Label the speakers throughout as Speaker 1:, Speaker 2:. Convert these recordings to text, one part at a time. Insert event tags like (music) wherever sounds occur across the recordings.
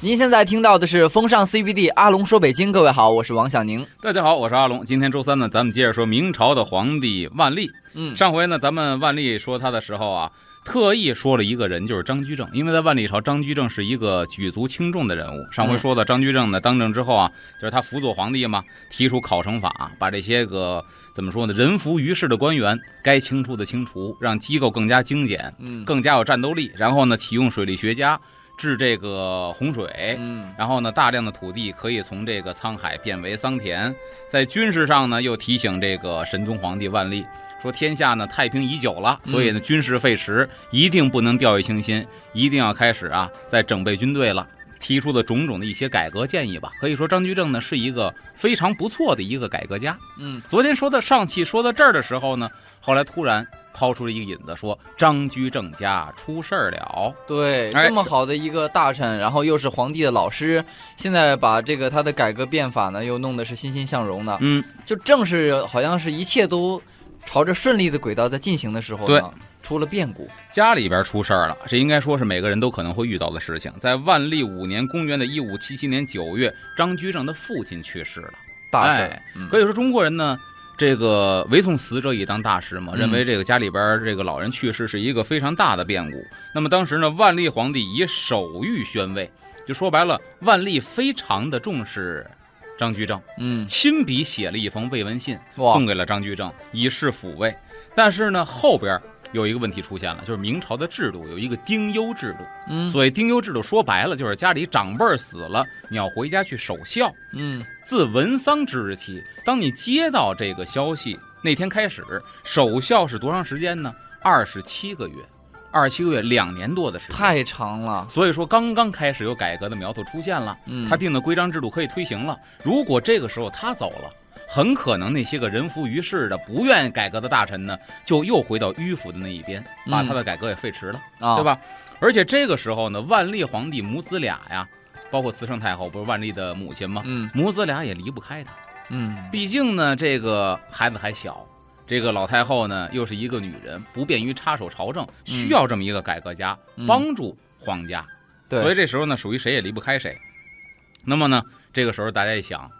Speaker 1: 您现在听到的是《风尚 CBD》，阿龙说北京。各位好，我是王小宁。
Speaker 2: 大家好，我是阿龙。今天周三呢，咱们接着说明朝的皇帝万历。
Speaker 1: 嗯，
Speaker 2: 上回呢，咱们万历说他的时候啊，特意说了一个人，就是张居正，因为在万历朝，张居正是一个举足轻重的人物。上回说的张居正呢，当政之后啊，就是他辅佐皇帝嘛，提出考成法、把这些个怎么说呢，人浮于事的官员该清除的清除，让机构更加精简，
Speaker 1: 嗯
Speaker 2: 更加有战斗力。然后呢，启用水利学家治这个洪水，
Speaker 1: 嗯
Speaker 2: 然后呢，大量的土地可以从这个沧海变为桑田。在军事上呢，又提醒这个神宗皇帝万历说，天下呢太平已久了，
Speaker 1: 嗯
Speaker 2: 所以呢军事废弛一定不能掉以轻心，一定要开始啊在整备军队了。提出的种种的一些改革建议吧，可以说张居正呢是一个非常不错的一个改革家。
Speaker 1: 嗯，
Speaker 2: 昨天说的上期说到这儿的时候呢，后来突然抛出了一个引子，说张居正家出事儿了。
Speaker 1: 对，
Speaker 2: 哎
Speaker 1: 这么好的一个大臣，然后又是皇帝的老师，现在把这个他的改革变法呢，又弄得是欣欣向荣的，
Speaker 2: 嗯，
Speaker 1: 就正是好像是一切都朝着顺利的轨道在进行的时候
Speaker 2: 对
Speaker 1: 呢，出了变故。
Speaker 2: 家里边出事儿了，这应该说是每个人都可能会遇到的事情。在万历五年（公元的一五七七年）九月，张居正的父亲去世了。
Speaker 1: 大事儿
Speaker 2: 哎，
Speaker 1: 嗯
Speaker 2: 可以说中国人呢，这个唯从死者以当大师嘛，
Speaker 1: 嗯
Speaker 2: 认为这个家里边这个老人去世是一个非常大的变故。那么当时呢，万历皇帝以首御宣慰，就说白了，万历非常的重视张居正。
Speaker 1: 嗯，
Speaker 2: 亲笔写了一封慰问信，
Speaker 1: 哇
Speaker 2: 送给了张居正，以示抚慰。但是呢，后边儿有一个问题出现了，就是明朝的制度有一个丁忧制度。
Speaker 1: 嗯
Speaker 2: 所谓丁忧制度，说白了就是家里长辈儿死了，你要回家去守孝。
Speaker 1: 嗯
Speaker 2: 自文丧之日起，当你接到这个消息那天开始，守孝是多长时间呢？二十七个月，二十七个月，两年多的时间。
Speaker 1: 太长了。
Speaker 2: 所以说，刚刚开始有改革的苗头出现了。
Speaker 1: 嗯，
Speaker 2: 他定的规章制度可以推行了。如果这个时候他走了，很可能那些个人浮于事的、不愿意改革的大臣呢，就又回到迂腐的那一边，把他的改革也废弛了，
Speaker 1: 啊，
Speaker 2: 对？吧？而且这个时候呢，万历皇帝母子俩呀，包括慈圣太后，不是万历的母亲吗？
Speaker 1: 嗯
Speaker 2: 母子俩也离不开他，
Speaker 1: 嗯
Speaker 2: 毕竟呢，这个孩子还小。这个老太后呢，又是一个女人，不便于插手朝政，需要这么一个改革家、
Speaker 1: 嗯
Speaker 2: 帮助皇家。
Speaker 1: 对，
Speaker 2: 所以这时候呢，属于谁也离不开谁。那么呢，这个时候大家一想，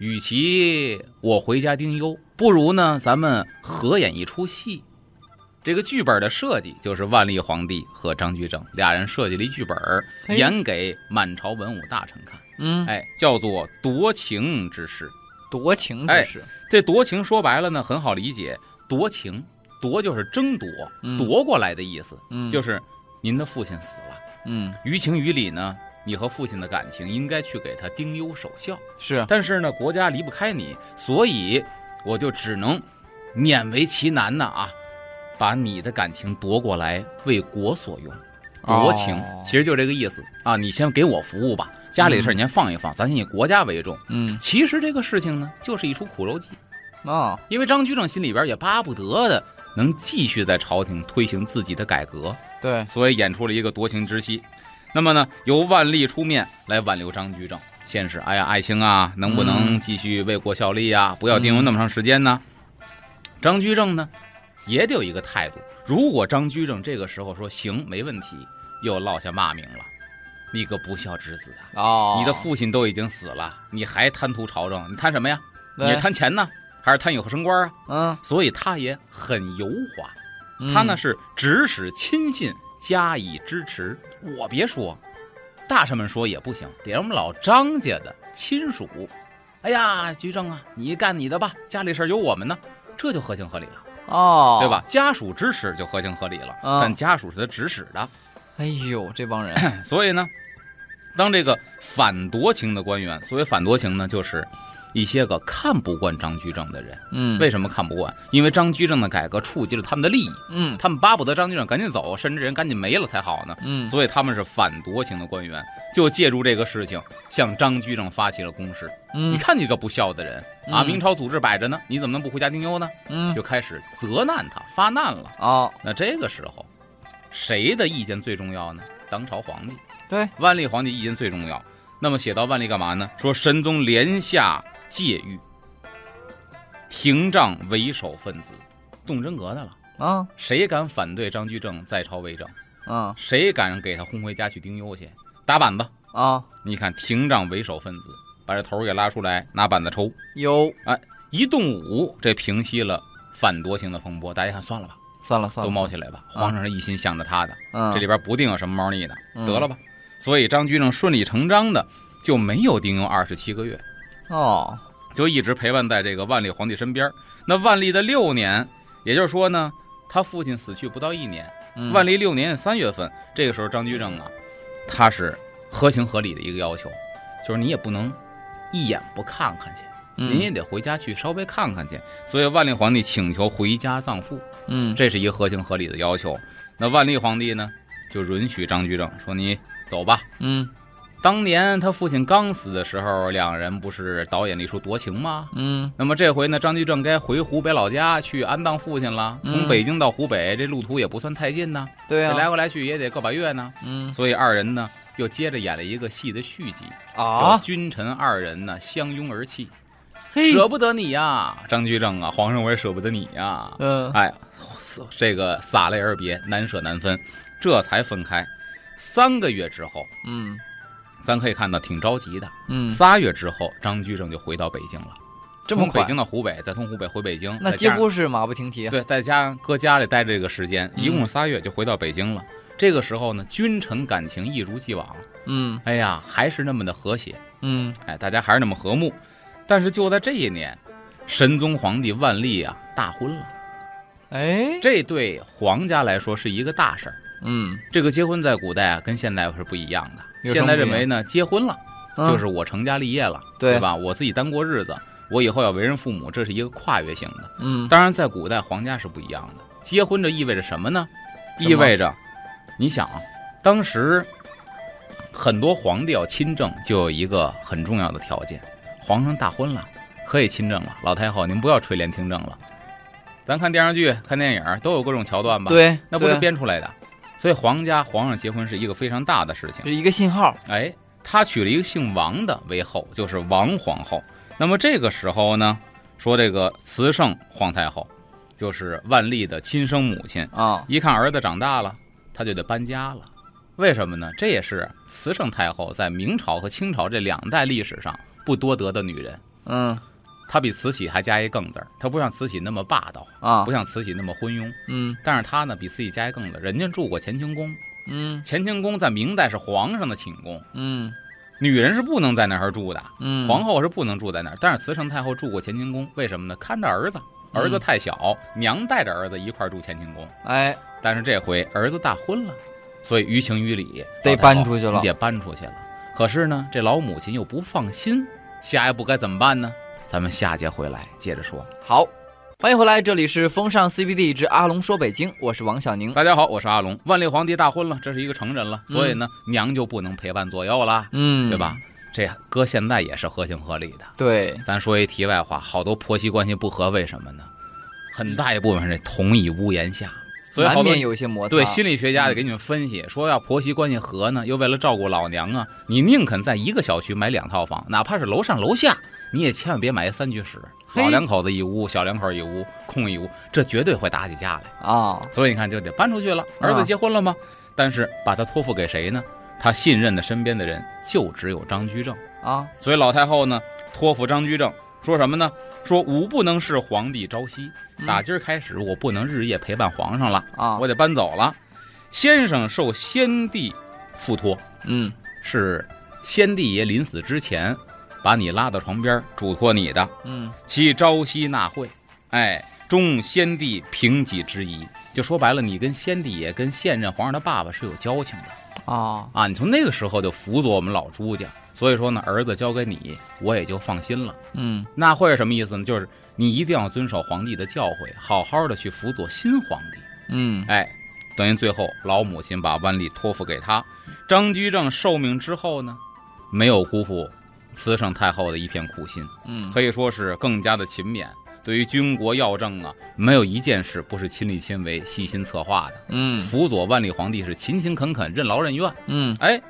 Speaker 2: 与其我回家丁忧，不如呢咱们合演一出戏。这个剧本的设计就是万历皇帝和张居正俩人设计了一剧本儿，
Speaker 1: 嘿
Speaker 2: 演给满朝文武大臣看，
Speaker 1: 哎嗯，
Speaker 2: 哎，叫做夺情之事。
Speaker 1: 夺情
Speaker 2: 哎
Speaker 1: 之事。
Speaker 2: 这夺情说白了呢，很好理解，夺情夺就是争夺，
Speaker 1: 嗯
Speaker 2: 夺过来的意思，
Speaker 1: 嗯，
Speaker 2: 就是您的父亲死了。
Speaker 1: 嗯
Speaker 2: 于情于理呢，你和父亲的感情应该去给他丁忧守孝，
Speaker 1: 是
Speaker 2: 但是呢，国家离不开你，所以我就只能勉为其难呐啊，把你的感情夺过来为国所用，夺情，
Speaker 1: 哦
Speaker 2: 其实就这个意思啊。你先给我服务吧，家里的事儿你先放一放，咱先以国家为重。
Speaker 1: 嗯
Speaker 2: 其实这个事情呢，就是一出苦肉计，
Speaker 1: 啊
Speaker 2: 因为张居正心里边也巴不得的能继续在朝廷推行自己的改革。
Speaker 1: 对，
Speaker 2: 所以演出了一个夺情之戏。那么呢，由万历出面来挽留张居正，先是哎呀，爱卿啊，能不
Speaker 1: 嗯
Speaker 2: 能继续为国效力啊？不要丁忧那么长时间呢？
Speaker 1: 嗯
Speaker 2: 张居正呢，也得有一个态度。如果张居正这个时候说行，没问题，又落下骂名了，你个不孝之子啊！
Speaker 1: 哦，
Speaker 2: 你的父亲都已经死了，你还贪图朝政？你贪什么呀？你
Speaker 1: 对
Speaker 2: 是贪钱呢，还是贪有升官啊？
Speaker 1: 嗯，
Speaker 2: 所以他也很油滑。
Speaker 1: 嗯
Speaker 2: 他呢是指使亲信加以支持。我别说，大臣们说也不行，得让我们老张家的亲属。哎呀，居正啊，你干你的吧，家里事儿有我们呢，这就合情合理了，
Speaker 1: 哦，
Speaker 2: 对吧？？家属支持就合情合理了，
Speaker 1: 啊
Speaker 2: 但家属是他指使的，
Speaker 1: 哎呦，这帮
Speaker 2: (clears throat)
Speaker 1: 人，
Speaker 2: 所以呢，当这个反夺情的官员，所谓反夺情呢，就是一些个看不惯张居正的人。
Speaker 1: 嗯，
Speaker 2: 为什么看不惯？因为张居正的改革触及了他们的利益。
Speaker 1: 嗯
Speaker 2: 他们巴不得张居正赶紧走，甚至人赶紧没了才好呢。
Speaker 1: 嗯
Speaker 2: 所以他们是反夺情的官员，就借助这个事情向张居正发起了攻势。你
Speaker 1: 嗯
Speaker 2: 看你个不孝的人啊！
Speaker 1: 嗯
Speaker 2: 明朝组织摆着呢，你怎么能不回家丁忧呢？
Speaker 1: 嗯，
Speaker 2: 就开始责难他，发难了。
Speaker 1: 哦，
Speaker 2: 那这个时候，谁的意见最重要呢？当朝皇帝，
Speaker 1: 对，
Speaker 2: 万历皇帝意见最重要。那么写到万历干嘛呢？说神宗连下戒狱，廷杖为首分子，动真格的了。
Speaker 1: 啊
Speaker 2: 谁敢反对张居正在朝为政？
Speaker 1: 啊
Speaker 2: 谁敢给他轰回家去丁忧去？打板子！
Speaker 1: 啊，
Speaker 2: 你看，廷杖为首分子把这头儿给拉出来，拿板子抽，
Speaker 1: 有
Speaker 2: 一动武，这平息了反夺行的风波。大家看，算了吧，
Speaker 1: 算了啊算
Speaker 2: 都
Speaker 1: 了，
Speaker 2: 猫起来吧。皇上是一心想着他的，
Speaker 1: 嗯，
Speaker 2: 这里边不定有什么猫腻的，
Speaker 1: 嗯
Speaker 2: 得了吧。所以张居正顺理成章的就没有定用二十七个月，
Speaker 1: 哦，
Speaker 2: 就一直陪伴在这个万历皇帝身边。那万历的六年，也就是说呢，他父亲死去不到一年，
Speaker 1: 嗯
Speaker 2: 万历六年三月份，这个时候张居正啊，他是合情合理的一个要求，就是你也不能一眼不看看去，您也
Speaker 1: 嗯
Speaker 2: 得回家去稍微看看去。所以万历皇帝请求回家葬父，
Speaker 1: 嗯
Speaker 2: 这是一个合情合理的要求。那万历皇帝呢，就允许张居正说你走吧。
Speaker 1: 嗯
Speaker 2: 当年他父亲刚死的时候，两人不是导演了一出夺情吗？
Speaker 1: 嗯
Speaker 2: 那么这回呢，张居正该回湖北老家去安葬父亲了。从
Speaker 1: 嗯
Speaker 2: 北京到湖北，这路途也不算太近呢，
Speaker 1: 对
Speaker 2: 这来
Speaker 1: 啊，
Speaker 2: 回来去也得个把月呢。
Speaker 1: 嗯
Speaker 2: 所以二人呢，又接着演了一个戏的续集，叫
Speaker 1: 啊
Speaker 2: 《君臣二人呢相拥而泣》，
Speaker 1: 嘿，
Speaker 2: 舍不得你呀，张居正啊，皇上我也舍不得你呀。
Speaker 1: 嗯
Speaker 2: 哎，这个洒泪而别，难舍难分，这才分开。三个月之后，
Speaker 1: 嗯
Speaker 2: 咱可以看到挺着急的。
Speaker 1: 嗯，
Speaker 2: 仨月之后，张居正就回到北京了。
Speaker 1: 这么
Speaker 2: 从北
Speaker 1: 快，
Speaker 2: 京到湖北，再从湖北回北京，
Speaker 1: 那
Speaker 2: 再
Speaker 1: 几
Speaker 2: 加上
Speaker 1: 乎是马不停蹄啊，
Speaker 2: 对，再加上搁家里待这个时间，
Speaker 1: 嗯
Speaker 2: 一共仨月就回到北京了。这个时候呢，君臣感情一如既往，
Speaker 1: 嗯
Speaker 2: 哎呀，还是那么的和谐，
Speaker 1: 嗯
Speaker 2: 哎，大家还是那么和睦。但是就在这一年，神宗皇帝万历啊大婚了，
Speaker 1: 哎，
Speaker 2: 这对皇家来说是一个大事儿。
Speaker 1: 嗯，
Speaker 2: 这个结婚在古代啊跟现代是不一样的，
Speaker 1: 有什
Speaker 2: 现
Speaker 1: 么
Speaker 2: 代
Speaker 1: 不一
Speaker 2: 认为呢，结婚了
Speaker 1: 嗯
Speaker 2: 就是我成家立业了，
Speaker 1: 对
Speaker 2: 对吧？我自己单过日子，我以后要为人父母，这是一个跨越性的。
Speaker 1: 嗯
Speaker 2: 当然，在古代皇家是不一样的。结婚这意味着什么呢？
Speaker 1: 什么
Speaker 2: 意味着，你想，啊，当时很多皇帝要亲政，就有一个很重要的条件：皇上大婚了，可以亲政了。老太后，您不要垂帘听政了。咱看电视剧、看电影都有各种桥段吧？，
Speaker 1: 对，
Speaker 2: 那不是
Speaker 1: 对
Speaker 2: 编出来的。所以皇家皇上结婚是一个非常大的事情。
Speaker 1: 是一个信号，
Speaker 2: 哎，他娶了一个姓王的为后，就是王皇后。那么这个时候呢，说这个慈圣皇太后，就是万历的亲生母亲，
Speaker 1: 啊，
Speaker 2: 一看儿子长大了，他就得搬家了。为什么呢？这也是慈圣太后在明朝和清朝这两代历史上不多得的女人。
Speaker 1: 嗯
Speaker 2: 她比慈禧还加一更字儿，她不像慈禧那么霸道，
Speaker 1: 啊
Speaker 2: 不，像慈禧那么昏庸，
Speaker 1: 嗯
Speaker 2: 但是她呢比慈禧加一更字儿，人家住过乾清宫，
Speaker 1: 嗯
Speaker 2: 乾清宫在明代是皇上的寝宫，
Speaker 1: 嗯
Speaker 2: 女人是不能在那儿住的，
Speaker 1: 嗯，
Speaker 2: 皇后是不能住在那儿。但是慈圣太后住过乾清宫，为什么呢？看着儿子，
Speaker 1: 嗯
Speaker 2: 儿子太小，娘带着儿子一块儿住乾清宫。
Speaker 1: 哎，
Speaker 2: 但是这回儿子大婚了，所以于情于理
Speaker 1: 得搬出去
Speaker 2: 去
Speaker 1: 了，
Speaker 2: 得搬出去了。可是呢，这老母亲又不放心，下一步该怎么办呢？咱们下节回来接着说。
Speaker 1: 好。欢迎回来，这里是风尚 CBD 之阿龙说北京，我是王小宁。
Speaker 2: 大家好，我是阿龙。万历皇帝大婚了，这是一个成人了，所以呢，娘就不能陪伴左右了，
Speaker 1: 嗯，
Speaker 2: 对吧？？这搁现在也是合情合理的。
Speaker 1: 对，
Speaker 2: 咱说一题外话，好多婆媳关系不和，为什么呢？很大一部分是同一屋檐下，所以好
Speaker 1: 难
Speaker 2: 多
Speaker 1: 免有一啊些摩擦。
Speaker 2: 对心理学家就给你们分析，说要婆媳关系和呢，又为了照顾老娘啊，你宁肯在一个小区买两套房，哪怕是楼上楼下，你也千万别买一三居室，
Speaker 1: 嘿
Speaker 2: 老两口子一屋，小两口一屋，空一屋，这绝对会打起架来。
Speaker 1: 啊，
Speaker 2: 所以你看，就得搬出去了。儿子
Speaker 1: 啊
Speaker 2: 结婚了吗？但是把他托付给谁呢？他信任的身边的人就只有张居正。
Speaker 1: 啊，
Speaker 2: 所以老太后呢，托付张居正说什么呢？说吾不能视皇帝朝夕，
Speaker 1: 嗯
Speaker 2: 打今儿开始，我不能日夜陪伴皇上了，
Speaker 1: 啊，
Speaker 2: 我得搬走了。先生受先帝付托，
Speaker 1: 嗯
Speaker 2: 是先帝爷临死之前把你拉到床边嘱托你的，
Speaker 1: 嗯
Speaker 2: 其朝夕纳惠，哎，忠先帝平己之宜。就说白了，你跟先帝爷跟现任皇上的爸爸是有交情的。
Speaker 1: 啊，
Speaker 2: 啊，你从那个时候就辅佐我们老朱家，所以说呢，儿子交给你，我也就放心了。
Speaker 1: 嗯
Speaker 2: 那会是什么意思呢？就是你一定要遵守皇帝的教诲，好好的去辅佐新皇帝。
Speaker 1: 嗯
Speaker 2: 哎，等于最后老母亲把万历托付给他。张居正受命之后呢，没有辜负慈圣太后的一片苦心，
Speaker 1: 嗯，
Speaker 2: 可以说是更加的勤勉。对于军国要政啊，没有一件事不是亲力亲为、细心策划的。
Speaker 1: 嗯
Speaker 2: 辅佐万历皇帝是勤勤恳恳、任劳任怨。
Speaker 1: 嗯
Speaker 2: 哎，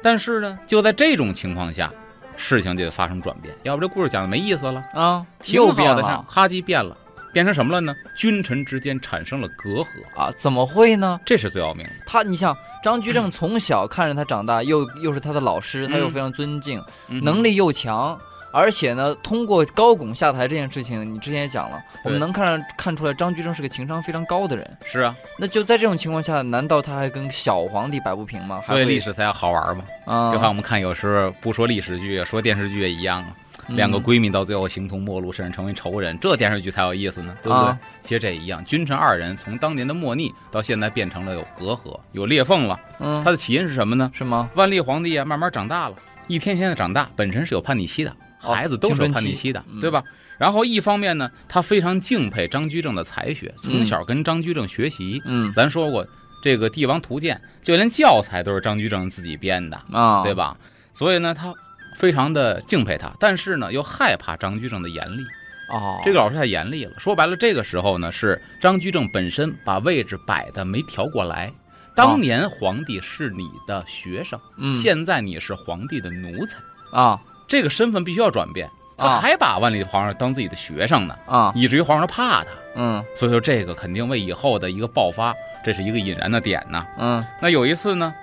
Speaker 2: 但是呢，就在这种情况下，事情就得发生转变，要不这故事讲的没意思了。
Speaker 1: 啊，
Speaker 2: 挺
Speaker 1: 又
Speaker 2: 好
Speaker 1: 变
Speaker 2: 的看，
Speaker 1: 了，
Speaker 2: 咔叽变了。变成什么了呢？君臣之间产生了隔阂，
Speaker 1: 啊，怎么会呢？
Speaker 2: 这是最要命的。
Speaker 1: 他，你想张居正从小看着他长大，又又是他的老师，他又
Speaker 2: 嗯
Speaker 1: 非常尊敬，
Speaker 2: 嗯
Speaker 1: 能力又强，而且呢，通过高拱下台这件事情，你之前也讲了，我们能看看出来张居正是个情商非常高的人。
Speaker 2: 是啊，
Speaker 1: 那就在这种情况下，难道他还跟小皇帝摆不平吗？还
Speaker 2: 所以
Speaker 1: 会
Speaker 2: 历史才要好玩嘛。
Speaker 1: 啊，
Speaker 2: 就像我们看有时候不说历史剧啊，说电视剧也一样啊。两个
Speaker 1: 嗯
Speaker 2: 闺蜜到最后形同陌路，甚至成为仇人，这电视剧才有意思呢，对不对？
Speaker 1: 啊
Speaker 2: 其实这也一样，君臣二人从当年的莫逆到现在变成了有隔阂、有裂缝了。
Speaker 1: 嗯，
Speaker 2: 它的起因是什么呢？
Speaker 1: 是吗？
Speaker 2: 万历皇帝啊，慢慢长大了，一天天的长大，本身是有叛逆期的，
Speaker 1: 哦
Speaker 2: 孩子都是有叛逆期的，
Speaker 1: 青春期嗯
Speaker 2: 对吧？然后一方面呢，他非常敬佩张居正的才学，从小跟张居正学习。
Speaker 1: 嗯
Speaker 2: 咱说过，这个《帝王图鉴》就连教材都是张居正自己编的，
Speaker 1: 啊，
Speaker 2: 对吧？所以呢，他非常的敬佩他，但是呢，又害怕张居正的严厉。
Speaker 1: 哦，
Speaker 2: 这个老师太严厉了。说白了，这个时候呢，是张居正本身把位置摆的没调过
Speaker 1: 哦
Speaker 2: 来。当年皇帝是你的学生，
Speaker 1: 嗯
Speaker 2: 现在你是皇帝的奴才，
Speaker 1: 啊
Speaker 2: 这个身份必须要转变。他
Speaker 1: 啊
Speaker 2: 还把万历皇上当自己的学生呢，
Speaker 1: 啊
Speaker 2: 以至于皇上怕他。
Speaker 1: 嗯
Speaker 2: 所以说，这个肯定为以后的一个爆发，这是一个引燃的点呢。
Speaker 1: 嗯
Speaker 2: 那有一次呢，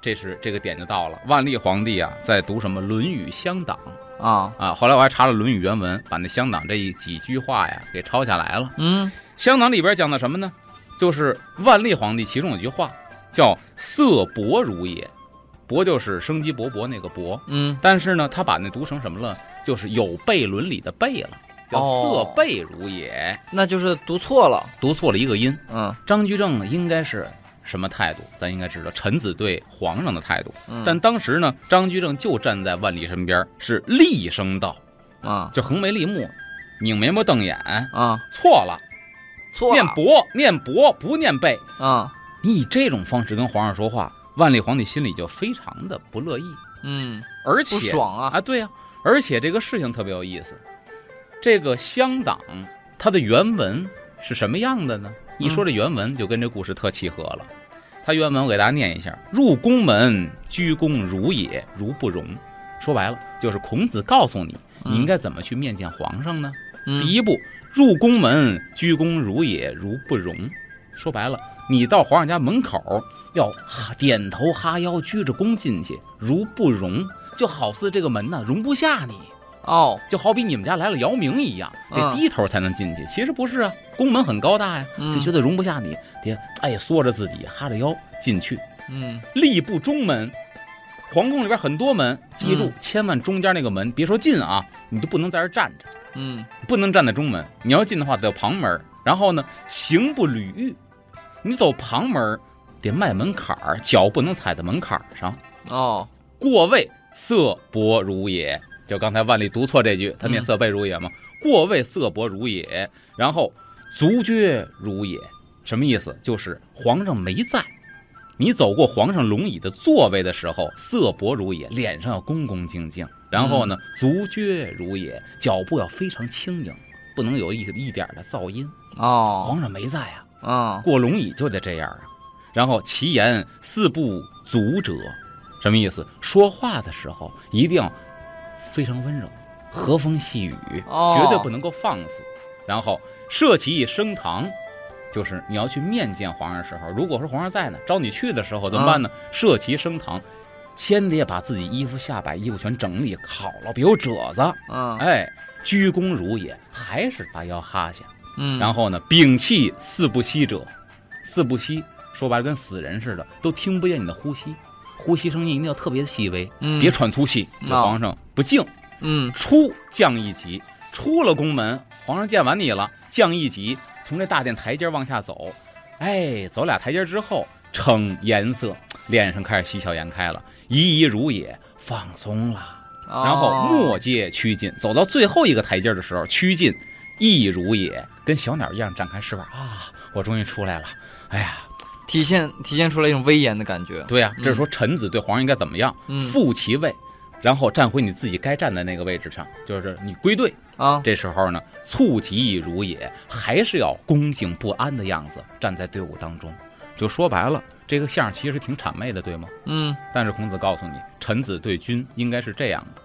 Speaker 2: 这是这个点就到了。万历皇帝啊，在读什么《论语乡党》
Speaker 1: 啊
Speaker 2: 啊，后来我还查了《论语》原文，把那乡党这一几句话呀给抄下来了。
Speaker 1: 嗯
Speaker 2: 香囊里边讲的什么呢？就是万历皇帝其中有一句话叫“色薄如也”，薄就是生机勃勃那个勃，
Speaker 1: 嗯
Speaker 2: 但是呢，他把那读成什么了？就是有悖伦理的悖了，叫“色
Speaker 1: 哦
Speaker 2: 悖如也
Speaker 1: 那就是读错了，”，
Speaker 2: 读错了一个音。
Speaker 1: 嗯
Speaker 2: 张居正呢，应该是什么态度？咱应该知道，臣子对皇上的态度。
Speaker 1: 嗯，
Speaker 2: 但当时呢，张居正就站在万历身边，是厉声道，
Speaker 1: 啊
Speaker 2: 就横眉立目，拧眉毛瞪眼，
Speaker 1: 啊
Speaker 2: 错了，
Speaker 1: 错
Speaker 2: 念
Speaker 1: 了
Speaker 2: 薄，念薄，不念悖。
Speaker 1: 啊
Speaker 2: 你以这种方式跟皇上说话，万历皇帝心里就非常的不乐意，
Speaker 1: 嗯
Speaker 2: 而且
Speaker 1: 不爽啊
Speaker 2: 啊，对呀、而且这个事情特别有意思，这个乡党它的原文是什么样的呢？一说这原文，就跟这故事特契合了。它原文我给大家念一下：入宫门，鞠躬如也，如不容。说白了，就是孔子告诉你，你应该怎么去面见皇上呢？第
Speaker 1: 嗯
Speaker 2: 一步，入宫门，鞠躬如也，如不容。说白了，你到皇上家门口要哈点头哈腰，鞠着躬进去，如不容，就好似这个门呢容不下你，
Speaker 1: 哦
Speaker 2: 就好比你们家来了姚明一样，得
Speaker 1: 嗯
Speaker 2: 低头才能进去。其实不是啊，宫门很高大呀，
Speaker 1: 嗯
Speaker 2: 就觉得容不下你，得哎缩着自己，哈着腰进去，
Speaker 1: 嗯
Speaker 2: 力不中门。皇宫里边很多门，记住、
Speaker 1: 嗯
Speaker 2: 千万中间那个门，别说进啊，你都不能在这儿站着。
Speaker 1: 嗯
Speaker 2: 不能站在中门，你要进的话得旁门儿。然后呢，行不履玉，你走旁门儿得迈门槛儿，脚不能踩在门槛儿上。
Speaker 1: 哦
Speaker 2: 过位色薄如也，就刚才万历读错这句，他念
Speaker 1: 嗯
Speaker 2: 色背如也嘛。过位色薄如也，然后足厥如也，什么意思？就是皇上没在。你走过皇上龙椅的座位的时候，色薄如也，脸上要恭恭敬敬。然后呢，足厥如也，脚步要非常轻盈，不能有一一点儿的噪音。
Speaker 1: 哦
Speaker 2: 皇上没在啊，
Speaker 1: 啊
Speaker 2: 过龙椅就得这样啊。然后其言四不足者，什么意思？说话的时候一定要非常温柔，和风细雨，
Speaker 1: 哦
Speaker 2: 绝对不能够放肆。然后设其一升堂，就是你要去面见皇上的时候，如果说皇上在呢，招你去的时候怎么办呢？设其升堂，先得把自己衣服下摆、衣服全整理好了，别有褶子。
Speaker 1: 嗯
Speaker 2: 哎，鞠躬如也，还是把腰哈下。
Speaker 1: 嗯
Speaker 2: 然后呢，摒弃四不息者，四不息说白了跟死人似的，都听不见你的呼吸，呼吸声音一定要特别细微，
Speaker 1: 嗯
Speaker 2: 别喘粗气，对
Speaker 1: 哦
Speaker 2: 皇上不敬。
Speaker 1: 嗯
Speaker 2: 出降一级，出了宫门，皇上见完你了，降一级，从这大殿台阶往下走，哎，走俩台阶之后，称颜色，脸上开始喜笑颜开了，怡怡如也，放松了。
Speaker 1: 哦
Speaker 2: 然后
Speaker 1: 木
Speaker 2: 末阶趋近，走到最后一个台阶的时候，趋近亦如也，跟小鸟一样展开翅膀啊！我终于出来了。哎呀，
Speaker 1: 体现体现出来一种威严的感觉
Speaker 2: 对呀、
Speaker 1: 嗯
Speaker 2: 这是说臣子对皇上应该怎么样？
Speaker 1: 嗯
Speaker 2: 复其位，然后站回你自己该站的那个位置上，就是你归队。
Speaker 1: 啊
Speaker 2: 这时候呢，促其亦如也，还是要恭敬不安的样子站在队伍当中。就说白了，这个相其实挺谄媚的，对吗？
Speaker 1: 嗯
Speaker 2: 但是孔子告诉你，臣子对君应该是这样的：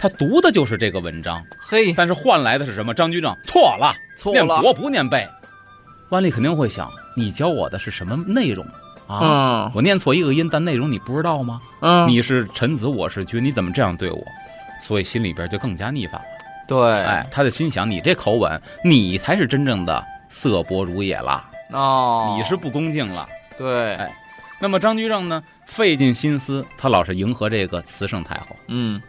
Speaker 2: 他读的就是这个文章，
Speaker 1: 嘿，
Speaker 2: 但是换来的是什么？张居正错了，
Speaker 1: 错
Speaker 2: 念
Speaker 1: 了，
Speaker 2: 国不念背。万历肯定会想，你教我的是什么内容啊？
Speaker 1: 嗯
Speaker 2: 我念错一个音，但内容你不知道吗？
Speaker 1: 嗯，
Speaker 2: 你是臣子，我是君，你怎么这样对我？所以心里边就更加逆反了。
Speaker 1: 对，
Speaker 2: 哎，他就心想，你这口吻，你才是真正的色薄如也啦，
Speaker 1: 哦，
Speaker 2: 你是不恭敬了。
Speaker 1: 对
Speaker 2: 哎，那么张居正呢，费尽心思，他老是迎合这个慈圣太后。
Speaker 1: 嗯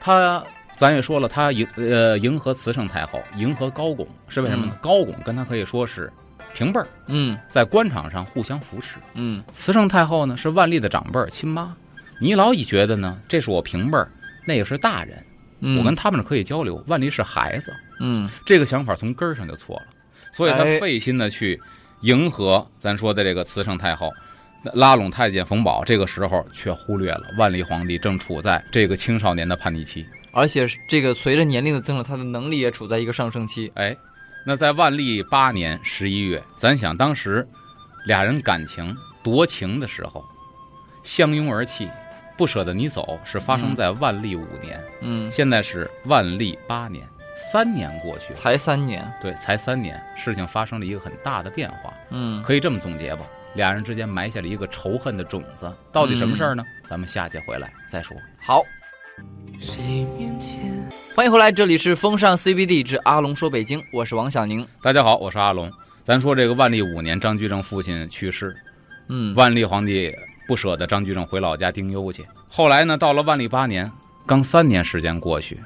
Speaker 2: 他咱也说了，他迎呃迎合慈圣太后，迎合高拱，是为什么呢？高拱跟他可以说是平辈儿，
Speaker 1: 嗯
Speaker 2: 在官场上互相扶持。
Speaker 1: 嗯，
Speaker 2: 慈圣太后呢是万历的长辈儿亲妈，你老以觉得呢，这是我平辈儿，那也是大人，
Speaker 1: 嗯
Speaker 2: 我跟他们是可以交流。万历是孩子，
Speaker 1: 嗯
Speaker 2: 这个想法从根儿上就错了，所以他
Speaker 1: 哎
Speaker 2: 费心的去迎合咱说的这个慈圣太后，那拉拢太监冯保，这个时候却忽略了万历皇帝正处在这个青少年的叛逆期。
Speaker 1: 而且是这个随着年龄的增长，他的能力也处在一个上升期。
Speaker 2: 哎，那在万历八年十一月，咱想当时俩人感情夺情的时候，相拥而泣，不舍得你走，是发生在万历五年，
Speaker 1: 嗯，
Speaker 2: 现在是万历八年，三年过去了，
Speaker 1: 才三年。
Speaker 2: 对，才三年，事情发生了一个很大的变化。
Speaker 1: 嗯
Speaker 2: 可以这么总结吧，俩人之间埋下了一个仇恨的种子。到底什么事儿呢？咱们下节回来再说。
Speaker 1: 好，
Speaker 3: 谁面前？
Speaker 1: 欢迎回来，这里是风尚 CBD 之阿龙说北京，我是王小宁。
Speaker 2: 大家好，我是阿龙。咱说这个万历五年，张居正父亲去世，
Speaker 1: 嗯，
Speaker 2: 万历皇帝不舍得张居正回老家丁忧去。后来呢，到了万历八年，刚三年时间过去，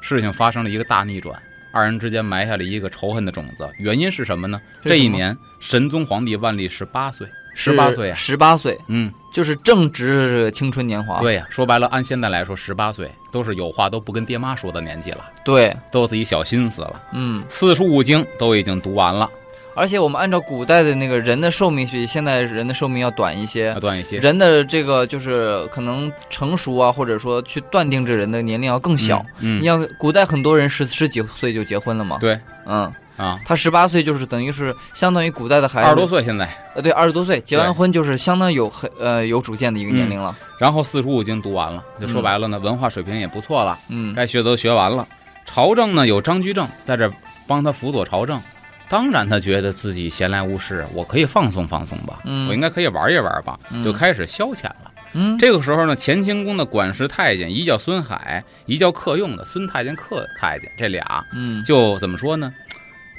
Speaker 2: 事情发生了一个大逆转，二人之间埋下了一个仇恨的种子。原因是什么呢？
Speaker 1: 这是
Speaker 2: 这
Speaker 1: 什么
Speaker 2: 一年，神宗皇帝万历十八岁，十八岁啊，
Speaker 1: 十八岁
Speaker 2: 嗯，
Speaker 1: 就是正值青春年华。
Speaker 2: 对呀、说白了，按现在来说，十八岁都是有话都不跟爹妈说的年纪了。
Speaker 1: 对，
Speaker 2: 都自己小心思了，
Speaker 1: 嗯，
Speaker 2: 四书五经都已经读完了，
Speaker 1: 而且我们按照古代的那个人的寿命比现在人的寿命要短一些
Speaker 2: 啊，。段一些
Speaker 1: 人的这个就是可能成熟啊，或者说去断定这人的年龄要更小。，
Speaker 2: 嗯，
Speaker 1: 你
Speaker 2: 嗯
Speaker 1: 像古代很多人十十几岁就结婚了嘛，
Speaker 2: 对
Speaker 1: 嗯，
Speaker 2: 啊，
Speaker 1: 他十八岁就是等于是相当于古代的孩子，
Speaker 2: 二十多岁现在，
Speaker 1: 呃对，二十多岁结
Speaker 2: 对
Speaker 1: 完婚就是相当有很呃有主见的一个年龄了，
Speaker 2: 然后四书五经读完了，就说白了呢，文化水平也不错了，
Speaker 1: 嗯
Speaker 2: 该学的都学完了。朝政呢有张居正在这帮他辅佐朝政，当然他觉得自己闲来无事，我可以放松放松吧，
Speaker 1: 嗯
Speaker 2: 我应该可以玩一玩吧，
Speaker 1: 嗯
Speaker 2: 就开始消遣了。
Speaker 1: 嗯，
Speaker 2: 这个时候呢，乾清宫的管事太监，一叫孙海，一叫克用的孙太监、克太监，这俩
Speaker 1: 嗯
Speaker 2: 就怎么说呢？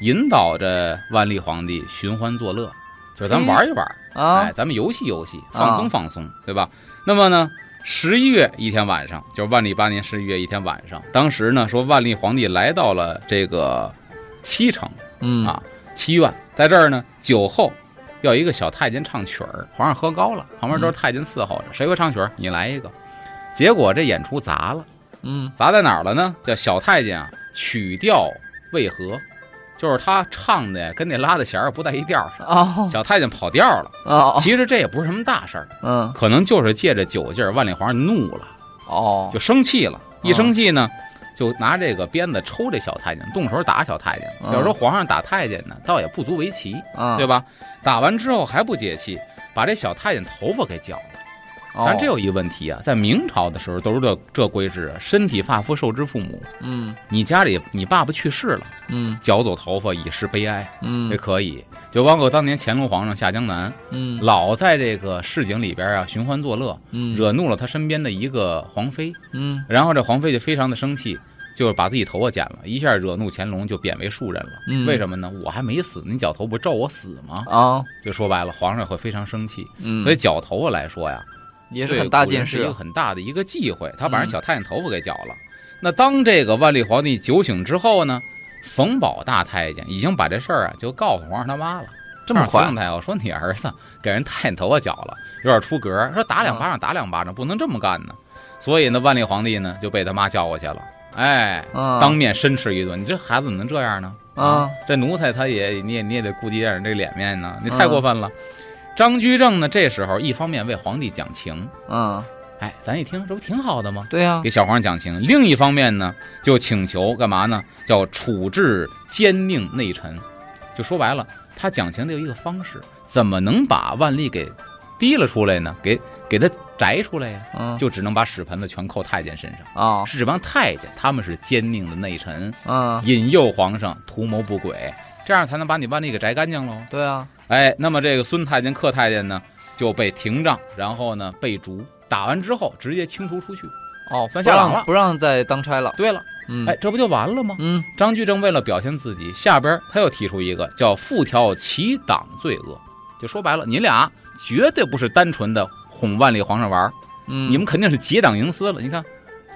Speaker 2: 引导着万历皇帝寻欢作乐，就咱们玩一玩，
Speaker 1: 啊
Speaker 2: 哎，咱们游戏游戏，
Speaker 1: 啊
Speaker 2: 放松放松，对吧？那么呢，十一月一天晚上，就是万历八年十一月一天晚上，当时呢说万历皇帝来到了这个西城
Speaker 1: 嗯
Speaker 2: 啊西苑，在这儿呢酒后要一个小太监唱曲儿，皇上喝高了，旁边都是
Speaker 1: 嗯
Speaker 2: 太监伺候着，谁会唱曲儿你来一个。结果这演出砸了。
Speaker 1: 嗯
Speaker 2: 砸在哪儿了呢？叫小太监啊，曲调未合，就是他唱的跟那拉的弦儿不在一调上，
Speaker 1: 哦
Speaker 2: 小太监跑调了。
Speaker 1: 哦
Speaker 2: 其实这也不是什么大事儿，
Speaker 1: 嗯
Speaker 2: 可能就是借着酒劲儿，万历皇上怒了，
Speaker 1: 哦
Speaker 2: 就生气了。一生气呢，就拿这个鞭子抽这小太监，动手打小太监。
Speaker 1: 嗯
Speaker 2: 要说皇上打太监呢，倒也不足为奇，
Speaker 1: 啊
Speaker 2: 对吧？打完之后还不解气，把这小太监头发给绞了。但这
Speaker 1: 哦
Speaker 2: 有一问题啊，在明朝的时候都是这这规制啊，身体发肤受之父母。
Speaker 1: 嗯
Speaker 2: 你家里你爸爸去世了，
Speaker 1: 嗯
Speaker 2: 绞走头发以示悲哀，这
Speaker 1: 嗯
Speaker 2: 可以。就包括当年乾隆皇上下江南，
Speaker 1: 嗯
Speaker 2: 老在这个市井里边啊寻欢作乐，
Speaker 1: 嗯
Speaker 2: 惹怒了他身边的一个皇妃，
Speaker 1: 嗯
Speaker 2: 然后这皇妃就非常的生气，就是把自己头发剪了，一下惹怒乾隆，就贬为庶人了。
Speaker 1: 嗯
Speaker 2: 为什么呢？我还没死，你绞头不咒我死吗？
Speaker 1: 啊
Speaker 2: 就说白了，皇上会非常生气。
Speaker 1: 嗯，
Speaker 2: 所以绞头发来说呀，
Speaker 1: 也是
Speaker 2: 对
Speaker 1: 很大啊
Speaker 2: 古人
Speaker 1: 件
Speaker 2: 是一
Speaker 1: 事
Speaker 2: 个很大的一个忌讳。他把人
Speaker 1: 嗯
Speaker 2: 小太监头发给绞了。那当这个万历皇帝酒醒之后呢，冯保大太监已经把这事儿啊就告诉皇上他妈了。
Speaker 1: 这么
Speaker 2: 皇
Speaker 1: 快
Speaker 2: 上太后说你儿子给人太监头发绞了，有点出格，说打两巴掌打两巴掌，不能这么干呢。所以呢，万历皇帝呢就被他妈叫过去了，哎，
Speaker 1: 啊
Speaker 2: 当面申斥一顿。你这孩子怎么能这样呢？
Speaker 1: 啊，
Speaker 2: 这奴才他也你也你也得顾及点这脸面呢，你
Speaker 1: 嗯
Speaker 2: 太过分了。张居正呢，这时候一方面为皇帝讲情，
Speaker 1: 嗯
Speaker 2: 哎，咱一听这不挺好的吗？
Speaker 1: 对啊呀
Speaker 2: 给小皇上讲情。另一方面呢，就请求干嘛呢？叫处置奸佞内臣。就说白了，他讲情得有一个方式，怎么能把万历给提了出来呢？给给他摘出来呀、
Speaker 1: 嗯
Speaker 2: 就只能把屎盆子全扣太监身上。
Speaker 1: 啊
Speaker 2: 是这帮太监，他们是奸佞的内臣，
Speaker 1: 嗯，
Speaker 2: 引诱皇上图谋不轨，这样才能把你万历给摘干净喽。
Speaker 1: 对啊，
Speaker 2: 哎，那么这个孙太监、客太监呢，就被廷杖，然后呢被逐，打完之后直接清除出去。
Speaker 1: 哦，不
Speaker 2: 算下岗
Speaker 1: 让
Speaker 2: 了
Speaker 1: 不让再当差了，
Speaker 2: 对了，
Speaker 1: 嗯
Speaker 2: 哎，这不就完了吗？
Speaker 1: 嗯
Speaker 2: 张居正为了表现自己，下边他又提出一个叫“复条其党罪恶”，就说白了，你俩绝对不是单纯的哄万历皇上玩儿，
Speaker 1: 嗯，
Speaker 2: 你们肯定是结党营私了。你看，“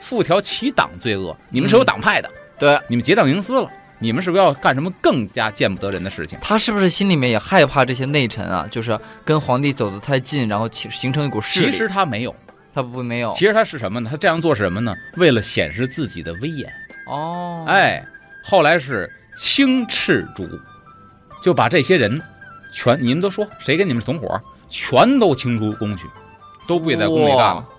Speaker 2: 复条其党罪恶”，你们是有党派的，
Speaker 1: 对
Speaker 2: 你们结党营私了，你们是不是要干什么更加见不得人的事情？
Speaker 1: 他是不是心里面也害怕这些内臣啊？就是跟皇帝走得太近，然后起形成一股势
Speaker 2: 其
Speaker 1: 力。
Speaker 2: 实他没有，
Speaker 1: 他不没有
Speaker 2: 其实他是什么呢？他这样做是什么呢？为了显示自己的威严。
Speaker 1: 哦，，
Speaker 2: 哎，后来是清赤主，就把这些人全，你们都说谁跟你们是同伙儿，全都清除宫去，都不许在宫里干
Speaker 1: 哦
Speaker 2: 了。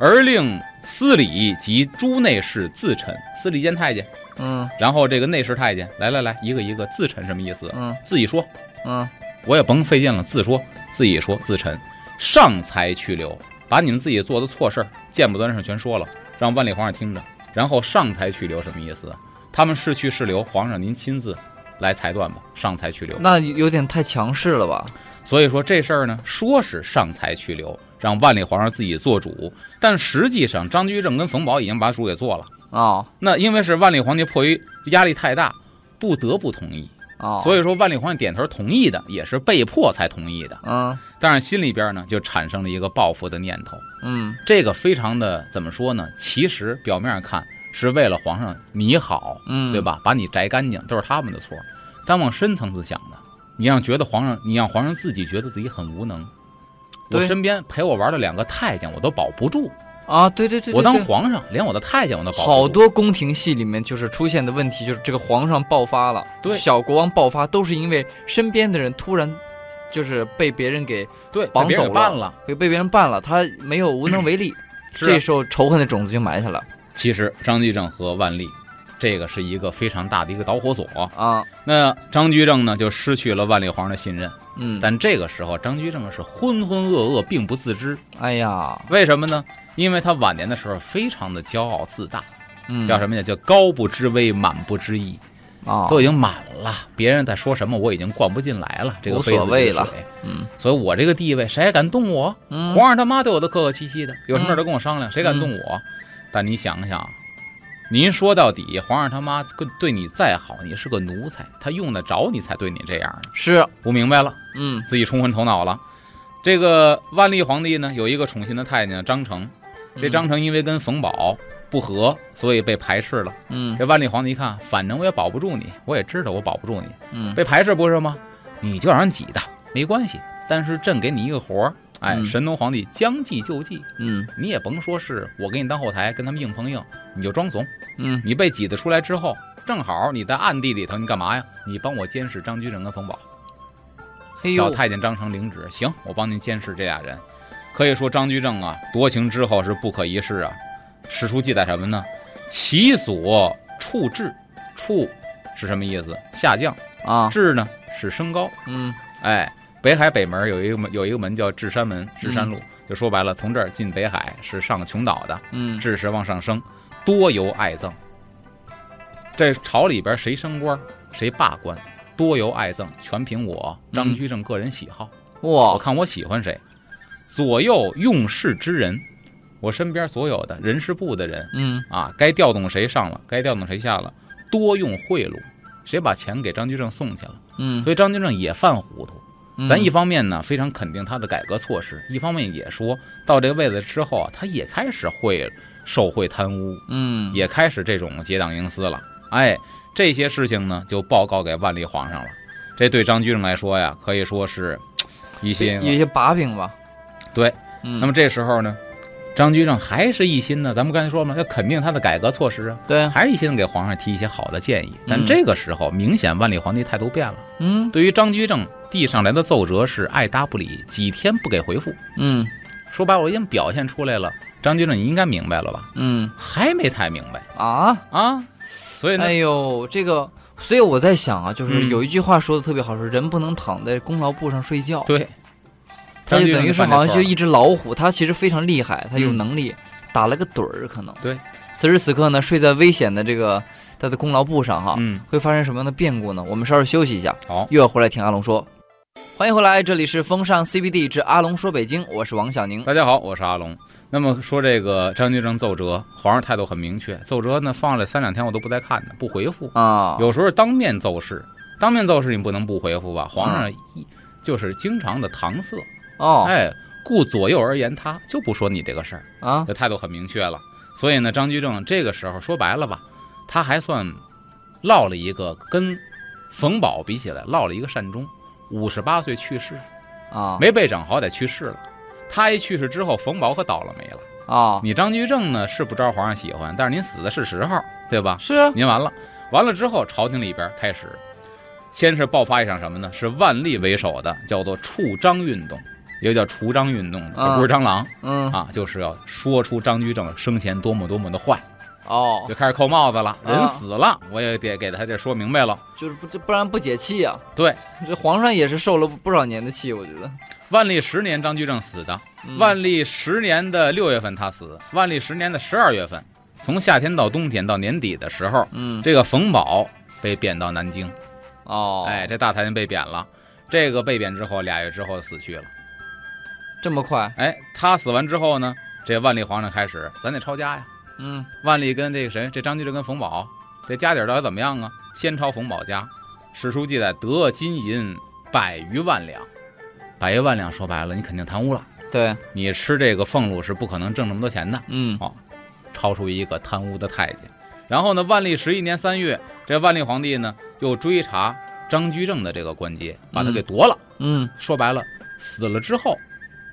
Speaker 2: 而令司礼及诸内侍自陈，司礼监太监，
Speaker 1: 嗯
Speaker 2: 然后这个内侍太监，来来来，一个一个自陈什么意思？
Speaker 1: 嗯
Speaker 2: 自己说，
Speaker 1: 嗯，
Speaker 2: 我也甭费劲了，自说自己说自陈，上才去留，把你们自己做的错事儿、见不得人事全说了，让万历皇上听着，然后上才去留什么意思？啊他们是去是留，皇上您亲自来裁断吧。上才去留，
Speaker 1: 那有点太强势了吧？
Speaker 2: 所以说这事儿呢，说是上才去留，让万历皇上自己做主，但实际上张居正跟冯保已经把主给做了。
Speaker 1: 哦
Speaker 2: 那因为是万历皇帝迫于压力太大，不得不同意，
Speaker 1: 哦，以
Speaker 2: 所以说万历皇帝点头同意的，也是被迫才同意的。
Speaker 1: 嗯
Speaker 2: 但是心里边呢，就产生了一个报复的念头。
Speaker 1: 嗯
Speaker 2: 这个非常的怎么说呢？其实表面上看是为了皇上你好，
Speaker 1: 嗯，
Speaker 2: 对？吧？把你摘干净都是他们的错。但往深层次想呢，你让觉得皇上，你让皇上自己觉得自己很无能。我
Speaker 1: 对
Speaker 2: 身边陪我玩的两个太监，我都保不住。
Speaker 1: 啊，对对对，对
Speaker 2: 我当
Speaker 1: 对
Speaker 2: 皇上，连我的太监我啊都保不住。
Speaker 1: 好多宫廷戏里面就是出现的问题，就是这个皇上爆发了，
Speaker 2: 对
Speaker 1: 小国王爆发，都是因为身边的人突然就是被别人给
Speaker 2: 对
Speaker 1: 绑
Speaker 2: 被别人
Speaker 1: 走
Speaker 2: 给办
Speaker 1: 了
Speaker 2: 了。
Speaker 1: 被被别人办了，他没有无能为力，
Speaker 2: (clears throat) 是啊
Speaker 1: 这时候仇恨的种子就埋下了
Speaker 2: 其实张居正和万历，这个是一个非常大的一个导火索。
Speaker 1: 啊，
Speaker 2: 那张居正呢，就失去了万历皇上的信任。
Speaker 1: 嗯，
Speaker 2: 但这个时候，张居正是浑浑噩噩，并不自知。
Speaker 1: 哎呀，
Speaker 2: 为什么呢？因为他晚年的时候非常的骄傲自大，
Speaker 1: 嗯，
Speaker 2: 叫什么呀？叫高不知威，满不知义，
Speaker 1: 啊？
Speaker 2: 都已经满了，别人在说什么，我已经灌不进来了，这个
Speaker 1: 无
Speaker 2: 杯子
Speaker 1: 所谓
Speaker 2: 里的
Speaker 1: 了
Speaker 2: 水。
Speaker 1: 嗯
Speaker 2: 所以我这个地位，谁还敢动我？
Speaker 1: 嗯，
Speaker 2: 皇上他妈对我都客客气气的，有什么事儿
Speaker 1: 嗯
Speaker 2: 都跟我商量，谁敢动我？但你想想，您说到底，皇上他妈跟对你再好，你是个奴才，他用得着你才对你这样呢？
Speaker 1: 是，
Speaker 2: 不明白了。
Speaker 1: 嗯
Speaker 2: 自己冲昏头脑了。这个万历皇帝呢，有一个宠信的太监张成，这张成因为跟冯保不和，所以被排斥了。
Speaker 1: 嗯
Speaker 2: 这万历皇帝一看，反正我也保不住你，我也知道我保不住你，
Speaker 1: 嗯
Speaker 2: 被排斥不是吗？你就让人挤的，没关系。但是朕给你一个活儿，哎，
Speaker 1: 嗯
Speaker 2: 神农皇帝将计就计，
Speaker 1: 嗯
Speaker 2: 你也甭说是我给你当后台，跟他们硬碰硬，你就装怂。
Speaker 1: 嗯
Speaker 2: 你被挤得出来之后，正好你在暗地里头，你干嘛呀？你帮我监视张居正跟冯保。
Speaker 1: 嘿
Speaker 2: 小
Speaker 1: 哎呦，
Speaker 2: 太监张成领旨，行，我帮您监视这俩人。可以说张居正啊，夺情之后是不可一世啊。史书记载什么呢？其所处置，处是什么意思？下降，
Speaker 1: 啊，
Speaker 2: 置呢是升高。
Speaker 1: 嗯
Speaker 2: 哎，北海北门有一个门，有一个门叫至山门，至山路，就说白了，从这儿进北海是上琼岛的，
Speaker 1: 嗯
Speaker 2: 至是往上升，多由爱憎。这朝里边谁升官谁罢官，多由爱憎，全凭我张居正个人喜好。我
Speaker 1: 哇，
Speaker 2: 看我喜欢谁，左右用事之人，我身边所有的人事部的人
Speaker 1: 嗯
Speaker 2: 啊，该调动谁上了，该调动谁下了，多用贿赂，谁把钱给张居正送去了，
Speaker 1: 嗯，
Speaker 2: 所以张居正也犯糊涂。咱
Speaker 1: 嗯
Speaker 2: 一方面呢非常肯定他的改革措施，一方面也说到这个位子之后啊，他也开始会受贿贪污，
Speaker 1: 嗯
Speaker 2: 也开始这种结党营私了。哎，这些事情呢就报告给万历皇上了。这对张居正来说呀，可以说是一些
Speaker 1: 有一些把柄吧，
Speaker 2: 对，
Speaker 1: 嗯，
Speaker 2: 那么这时候呢，张居正还是一心呢，咱们刚才说了嘛，要肯定他的改革措施啊，
Speaker 1: 对，
Speaker 2: 还是一心给皇上提一些好的建议。但
Speaker 1: 嗯
Speaker 2: 这个时候，明显万历皇帝态度变了，
Speaker 1: 嗯
Speaker 2: 对于张居正递上来的奏折是爱答不理，几天不给回复。
Speaker 1: 嗯
Speaker 2: 说白了，我已经表现出来了，张居正你应该明白了吧？
Speaker 1: 嗯
Speaker 2: 还没太明白
Speaker 1: 啊。
Speaker 2: 啊，所以呢，
Speaker 1: 哎呦，这个，所以我在想啊，就是
Speaker 2: 嗯
Speaker 1: 有一句话说的特别好，说人不能躺在功劳簿上睡觉。
Speaker 2: 对
Speaker 1: 他
Speaker 2: 张
Speaker 1: 就
Speaker 2: 居
Speaker 1: 等
Speaker 2: 正
Speaker 1: 于是
Speaker 2: 犯这
Speaker 1: 好像
Speaker 2: 错
Speaker 1: 就
Speaker 2: 儿
Speaker 1: 一只老虎，他其实非常厉害，他有
Speaker 2: 嗯
Speaker 1: 能力打了个盹儿，可能。
Speaker 2: 对。
Speaker 1: 此时此刻呢，睡在危险的这个他的功劳簿上哈，
Speaker 2: 嗯，
Speaker 1: 会发生什么样的变故呢？我们稍事休息一下，
Speaker 2: 好，
Speaker 1: 一会儿回来听阿龙说。欢迎回来，这里是风尚 CBD 之阿龙说北京，我是王小宁。
Speaker 2: 大家好，我是阿龙。那么说这个张居正奏折，皇上态度很明确，奏折呢放了三两天我都不带看的，不回复。
Speaker 1: 啊，
Speaker 2: 哎有时候当面奏事，当面奏事你不能不回复
Speaker 1: 啊
Speaker 2: 吧？皇上一就是经常的搪塞，
Speaker 1: 哦
Speaker 2: 哎，顾左右而言他，就不说你这个事儿，
Speaker 1: 啊，
Speaker 2: 这态度很明确了。所以呢，张居正这个时候说白了吧，他还算落了一个跟冯保比起来落了一个善终，五十八岁去世，
Speaker 1: 啊，
Speaker 2: 没被整好歹去世了。他一去世之后，冯保可倒了霉了。
Speaker 1: 啊，
Speaker 2: 你张居正呢是不招皇上喜欢，但是您死的是时候，对吧？
Speaker 1: 是 (laughs) 啊，
Speaker 2: 您完了，完了之后，朝廷里边开始，先是爆发一场什么呢？是万历为首的叫做除张运动，也叫除张运动，
Speaker 1: 啊
Speaker 2: 可不是蟑螂
Speaker 1: 嗯，
Speaker 2: 啊，就是要说出张居正生前多么多么的坏，
Speaker 1: 哦
Speaker 2: 就，开始扣帽子了。
Speaker 1: 啊
Speaker 2: 人死了，我也得给他这说明白了。
Speaker 1: 就是不这不然不解气呀、
Speaker 2: 对，
Speaker 1: (laughs) 这皇上也是受了不不少年的气，我觉得。
Speaker 2: 万历十年，张居正死的。
Speaker 1: 嗯
Speaker 2: 万历十年的六月份他死，万历十年的十二月份，从夏天到冬天到年底的时候，
Speaker 1: 嗯
Speaker 2: 这个冯保被贬到南京，
Speaker 1: 哦，
Speaker 2: 哎，这大太监被贬了。这个被贬之后，俩月之后死去了。
Speaker 1: 这么快，
Speaker 2: 哎，他死完之后呢，这万历皇上开始，咱得抄家呀。
Speaker 1: 嗯
Speaker 2: 万历跟这个谁，这张居正跟冯保，这家底儿到底怎么样啊？先抄冯保家，史书记载得金银百余万两，百余万两说白了，你肯定贪污了。
Speaker 1: 对，
Speaker 2: 你吃这个俸禄是不可能挣这么多钱的，
Speaker 1: 嗯
Speaker 2: 超出一个贪污的太监。然后呢，万历十一年三月，这万历皇帝呢又追查张居正的这个官阶，把他给夺了。
Speaker 1: 嗯
Speaker 2: 说白了，死了之后，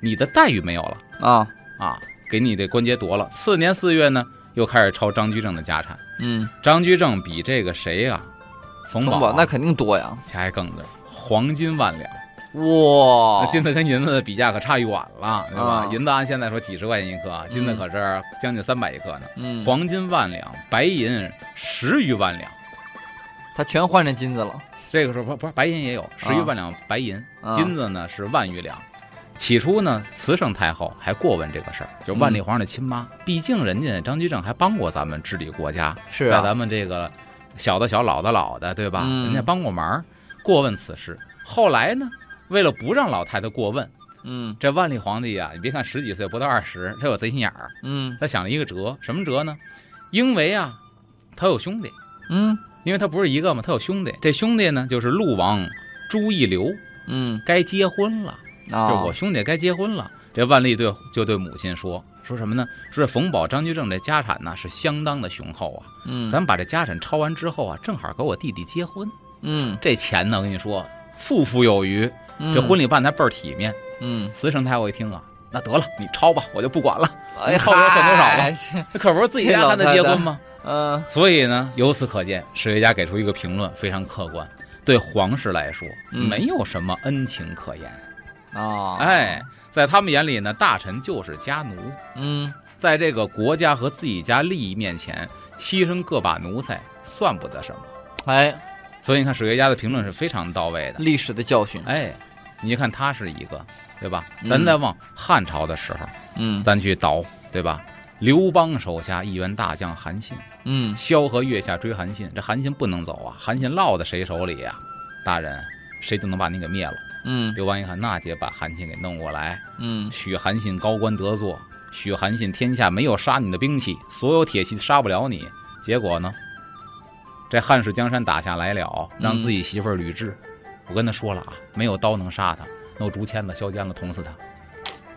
Speaker 2: 你的待遇没有了
Speaker 1: 啊
Speaker 2: 啊，给你的官阶夺了。次年四月呢，又开始抄张居正的家产。
Speaker 1: 嗯，
Speaker 2: 张居正比这个谁呀、冯
Speaker 1: 冯
Speaker 2: 保啊、
Speaker 1: 宝那肯定多呀，
Speaker 2: 还更的黄金万两。那
Speaker 1: 哇，
Speaker 2: 金子跟银子的比价可差远了，对吧？
Speaker 1: 哦啊
Speaker 2: 银子按现在说几十块钱一克，啊金子
Speaker 1: 嗯
Speaker 2: 可是将近三百一克呢。
Speaker 1: 嗯，
Speaker 2: 黄金万两，白银十余万两。
Speaker 1: 他全换成金子了，
Speaker 2: 这个时候不不是白银也有十余万两白银，
Speaker 1: 啊
Speaker 2: 金子呢是万余两。起初呢，慈圣太后还过问这个事儿，就万历皇上的亲妈，
Speaker 1: 嗯
Speaker 2: 毕竟人家张居正还帮过咱们治理国家，
Speaker 1: 是
Speaker 2: 在
Speaker 1: 啊
Speaker 2: 咱，们这个小的小老的老的，对吧？
Speaker 1: 嗯
Speaker 2: 人家帮过忙，过问此事。后来呢，为了不让老太太过问，
Speaker 1: 嗯
Speaker 2: 这万历皇帝啊，你别看十几岁，不到二十，他有贼心眼儿，
Speaker 1: 嗯
Speaker 2: 他想了一个辙，什么辙呢？因为啊，他有兄弟，
Speaker 1: 嗯
Speaker 2: 因为他不是一个嘛，他有兄弟。这兄弟呢，就是陆王朱义流，
Speaker 1: 嗯，
Speaker 2: 该结婚了，
Speaker 1: 啊，
Speaker 2: 就我兄弟该结婚了。这万历对就对母亲说，说什么呢？说这冯保、张居正这家产呢是相当的雄厚啊，
Speaker 1: 嗯，
Speaker 2: 咱们把这家产抄完之后啊，正好给我弟弟结婚，
Speaker 1: 嗯
Speaker 2: 这钱呢，我跟你说，富富有余，
Speaker 1: 嗯
Speaker 2: 这婚礼办得还倍儿体面。
Speaker 1: 嗯，
Speaker 2: 慈圣太后一听啊，那得了，你抄吧，我就不管了。 (laughs)
Speaker 1: 哎
Speaker 2: 后边算多少吧
Speaker 1: 少吧？
Speaker 2: 这可不是自己家还能结婚吗？
Speaker 1: 嗯
Speaker 2: 所以呢，由此可见，史学家给出一个评论，非常客观。对皇室来说，
Speaker 1: 嗯
Speaker 2: 没有什么恩情可言。
Speaker 1: 啊，
Speaker 2: 哎，，在他们眼里呢，大臣就是家奴，
Speaker 1: 嗯
Speaker 2: 在这个国家和自己家利益面前，牺牲个把奴才算不得什么。
Speaker 1: 哎，
Speaker 2: 所以你看，史学家的评论是非常到位的。
Speaker 1: 历史的教训，
Speaker 2: 哎，你看他是一个，对吧？
Speaker 1: 嗯
Speaker 2: 咱再往汉朝的时候，
Speaker 1: 嗯
Speaker 2: 咱去倒，对吧？刘邦手下一员大将韩信，
Speaker 1: 嗯
Speaker 2: 萧何月下追韩信，这韩信不能走啊！韩信落在谁手里呀、大人，谁就能把你给灭了。
Speaker 1: 嗯
Speaker 2: 刘邦一看，那得把韩信给弄过来，
Speaker 1: 嗯
Speaker 2: 许韩信高官得坐，许韩信天下没有杀你的兵器，所有铁骑杀不了你。结果呢，这汉室江山打下来了，让自己媳妇儿吕雉，我跟他说了啊，没有刀能杀他，弄竹签子、削尖了捅死他，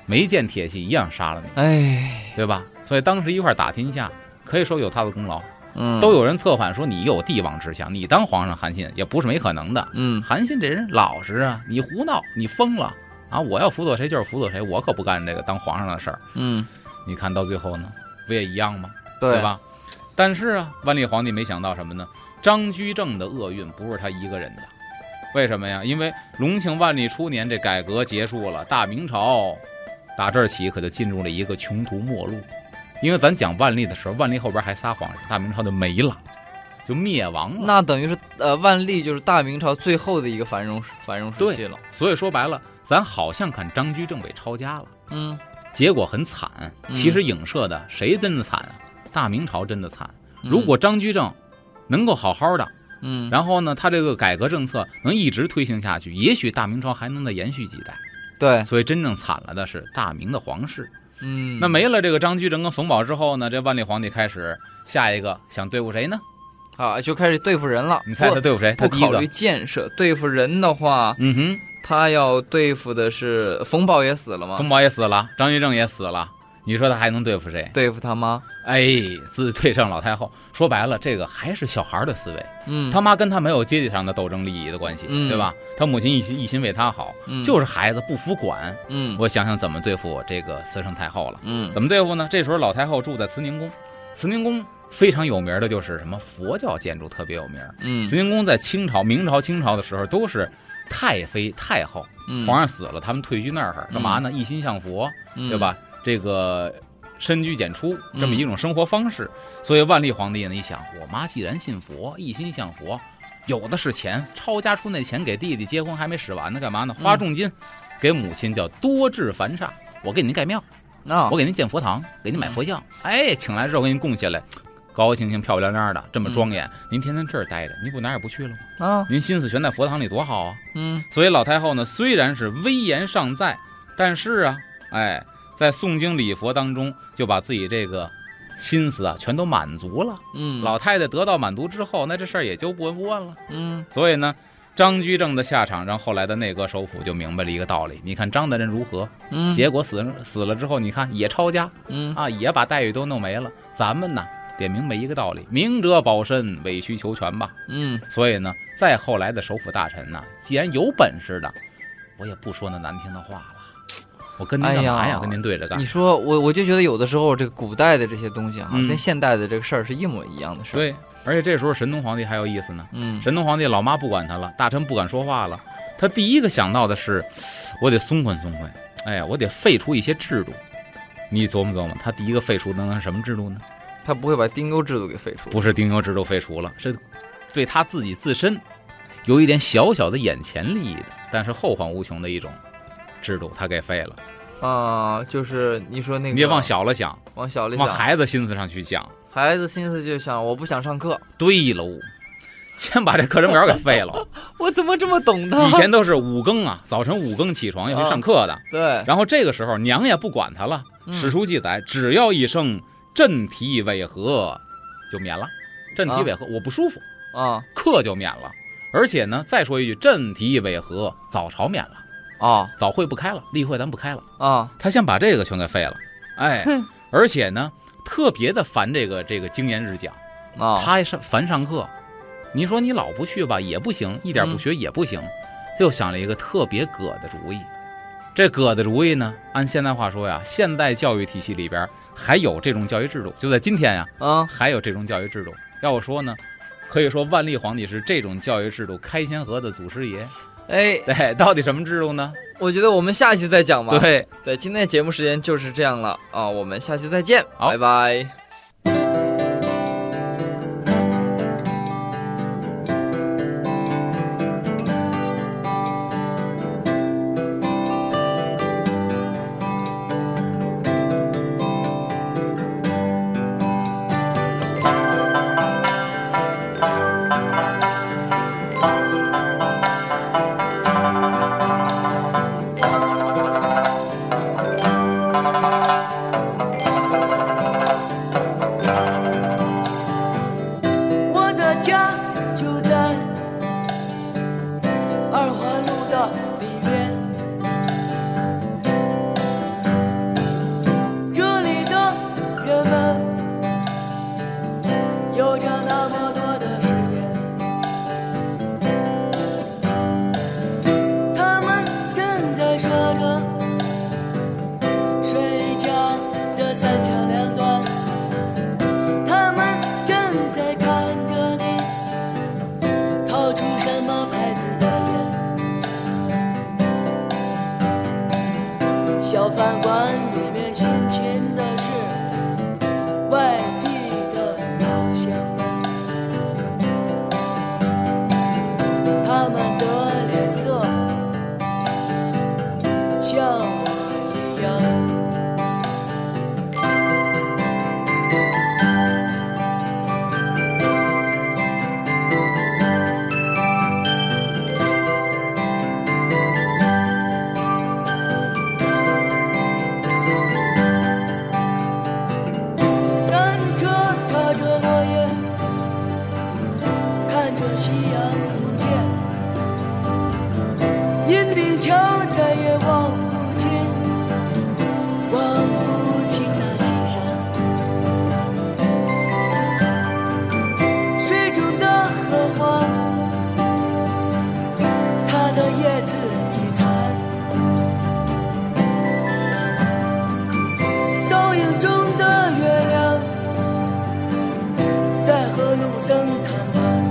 Speaker 2: 没见铁骑一样杀了你，
Speaker 1: 哎，
Speaker 2: 对吧？所以当时一块儿打天下，可以说有他的功劳。
Speaker 1: 嗯，
Speaker 2: 都有人策反说你有帝王之相，你当皇上韩信也不是没可能的。
Speaker 1: 嗯
Speaker 2: 韩信这人老实啊，你胡闹，你疯了啊！我要辅佐谁就是辅佐谁，我可不干这个当皇上的事儿。
Speaker 1: 嗯，
Speaker 2: 你看到最后呢，不也一样吗？
Speaker 1: 对？
Speaker 2: 吧？但是啊，万历皇帝没想到什么呢？张居正的厄运不是他一个人的，为什么呀？因为隆庆万历初年这改革结束了，大明朝打这儿起可就进入了一个穷途末路。因为咱讲万历的时候，万历后边还仨皇上，大明朝就没了，就灭亡了。
Speaker 1: 那等于是呃，万历就是大明朝最后的一个繁荣时繁荣时
Speaker 2: 对
Speaker 1: 期了。
Speaker 2: 所以说白了，咱好像看张居正被抄家了，
Speaker 1: 嗯
Speaker 2: 结果很惨。
Speaker 1: 嗯
Speaker 2: 其实影射的谁真的惨啊？大明朝真的惨。
Speaker 1: 嗯
Speaker 2: 如果张居正能够好好的，
Speaker 1: 嗯，
Speaker 2: 然后呢，他这个改革政策能一直推行下去，也许大明朝还能再延续几代。
Speaker 1: 对，
Speaker 2: 所以真正惨了的是大明的皇室。
Speaker 1: 嗯，
Speaker 2: 那没了这个张居正跟冯保之后呢，这万历皇帝开始下一个想对付谁呢？
Speaker 1: 啊，就开始对付人了。
Speaker 2: 你猜
Speaker 1: 不
Speaker 2: 他对付谁？他
Speaker 1: 不
Speaker 2: 第一
Speaker 1: 考虑
Speaker 2: 个，
Speaker 1: 建设，对付人的话，
Speaker 2: 嗯哼，
Speaker 1: 他要对付的是冯宝也死了吗？
Speaker 2: 冯保也死了，张居正也死了，你说他还能对付谁？
Speaker 1: 对付他妈，
Speaker 2: 哎，自对上老太后，说白了，这个还是小孩儿的思维。
Speaker 1: 嗯，
Speaker 2: 他妈跟他没有阶级上的斗争利益的关系，
Speaker 1: 嗯
Speaker 2: 对吧？他母亲一心一心为他好，
Speaker 1: 嗯
Speaker 2: 就是孩子不服管。
Speaker 1: 嗯
Speaker 2: 我想想怎么对付我这个慈圣太后了。
Speaker 1: 嗯
Speaker 2: 怎么对付呢？这时候老太后住在慈宁宫，慈宁宫非常有名的就是什么佛教建筑特别有名。
Speaker 1: 嗯
Speaker 2: 慈宁宫在清朝、明朝、清朝的时候都是太妃、太后，
Speaker 1: 嗯，
Speaker 2: 皇上死了，他们退居那儿干嘛呢？一心向佛，
Speaker 1: 嗯
Speaker 2: 啊对？吧？这个深居简出这么
Speaker 1: 嗯
Speaker 2: 一种生活方式。所以万历皇帝呢一想，我妈既然信佛，一心向佛，有的是钱，抄家出那钱给弟弟结婚还没使完呢，干嘛呢？花
Speaker 1: 嗯
Speaker 2: 重金给母亲叫多治凡煞，我给您盖庙，
Speaker 1: 那
Speaker 2: 我给您建佛堂，给您买佛
Speaker 1: 嗯
Speaker 2: 像，哎，请来之后给您供下来。高高兴兴、漂漂亮亮的，这么
Speaker 1: 嗯
Speaker 2: 庄严，您天天这儿待着，您不哪儿也不去了吗？
Speaker 1: 啊
Speaker 2: 您心思全在佛堂里，多好啊！
Speaker 1: 嗯
Speaker 2: 所以老太后呢，虽然是威严尚在，但是啊，哎，在诵经礼佛当中，就把自己这个心思啊，全都满足了。
Speaker 1: 嗯
Speaker 2: 老太太得到满足之后，那这事儿也就不闻不问了。
Speaker 1: 嗯
Speaker 2: 所以呢，张居正的下场让后来的内阁首辅就明白了一个道理：你看张大人如何，
Speaker 1: 嗯
Speaker 2: 结果死死了之后，你看也抄家
Speaker 1: 嗯
Speaker 2: 啊，也把待遇都弄没了。咱们呢，得明白一个道理：明哲保身，委曲求全吧。
Speaker 1: 嗯
Speaker 2: 所以呢，再后来的首辅大臣呢，既然有本事的，我也不说那难听的话了。我跟您干嘛
Speaker 1: 哎
Speaker 2: 呀？
Speaker 1: 呀
Speaker 2: 跟您对着干
Speaker 1: 你？说我我就觉得有的时候这个古代的这些东西哈，
Speaker 2: 嗯
Speaker 1: 跟现代的这个事儿是一模一样的事儿。，
Speaker 2: 对，而且这时候神农皇帝还有意思呢。
Speaker 1: 嗯
Speaker 2: 神农皇帝老妈不管他了，大臣不敢说话了，他第一个想到的是，我得松宽松宽，哎呀，我得废除一些制度。你琢磨琢磨，他第一个废除的那是什么制度呢？
Speaker 1: 他不会把丁忧制度给废除。
Speaker 2: 不是丁忧制度废除了，是对他自己自身有一点小小的眼前利益的，但是后患无穷的一种制度，他给废了。
Speaker 1: 啊，就是你说那个，
Speaker 2: 你别往小了想，
Speaker 1: 往小里
Speaker 2: 往
Speaker 1: 想，
Speaker 2: 孩子心思上去想。
Speaker 1: 孩子心思就想我不想上课，
Speaker 2: 对喽，先把这课程表给废
Speaker 1: (laughs)
Speaker 2: 了。
Speaker 1: 我怎么这么懂他？
Speaker 2: 以前都是五更啊，早晨五更起床要去上课的。
Speaker 1: (laughs) 对，
Speaker 2: 然后这个时候娘也不管他了。
Speaker 1: 嗯
Speaker 2: 史书记载，只要一声震题违和，就免了。震题违和，我不舒服，
Speaker 1: 啊
Speaker 2: 课就免了。而且呢，再说一句，震题违和，早朝免了，
Speaker 1: 啊
Speaker 2: 早会不开了，例会咱不开了。
Speaker 1: 啊，
Speaker 2: 他先把这个全给废了，哎，而且呢，特别的烦这个这个经言日讲。
Speaker 1: 啊，
Speaker 2: 他还上烦上课，你说你老不去吧也不行，一点不学也不行，他又想了一个特别葛的主意。这葛的主意呢，按现代话说呀，现代教育体系里边还有这种教育制度，就在今天呀，
Speaker 1: 啊
Speaker 2: 还有这种教育制度。要我说呢，可以说万历皇帝是这种教育制度开先河的祖师爷。
Speaker 1: 哎，
Speaker 2: 对，到底什么制度呢？
Speaker 1: 我觉得我们下期再讲吧。
Speaker 2: 对，
Speaker 1: 对，今天的节目时间就是这样了啊，我们下期再见，
Speaker 2: 好
Speaker 1: 拜拜。
Speaker 4: 啊！夕阳不见，银锭桥再也望不见，望不清那西山。水中的荷花，它的叶子已残，倒影中的月亮。在和路灯谈判，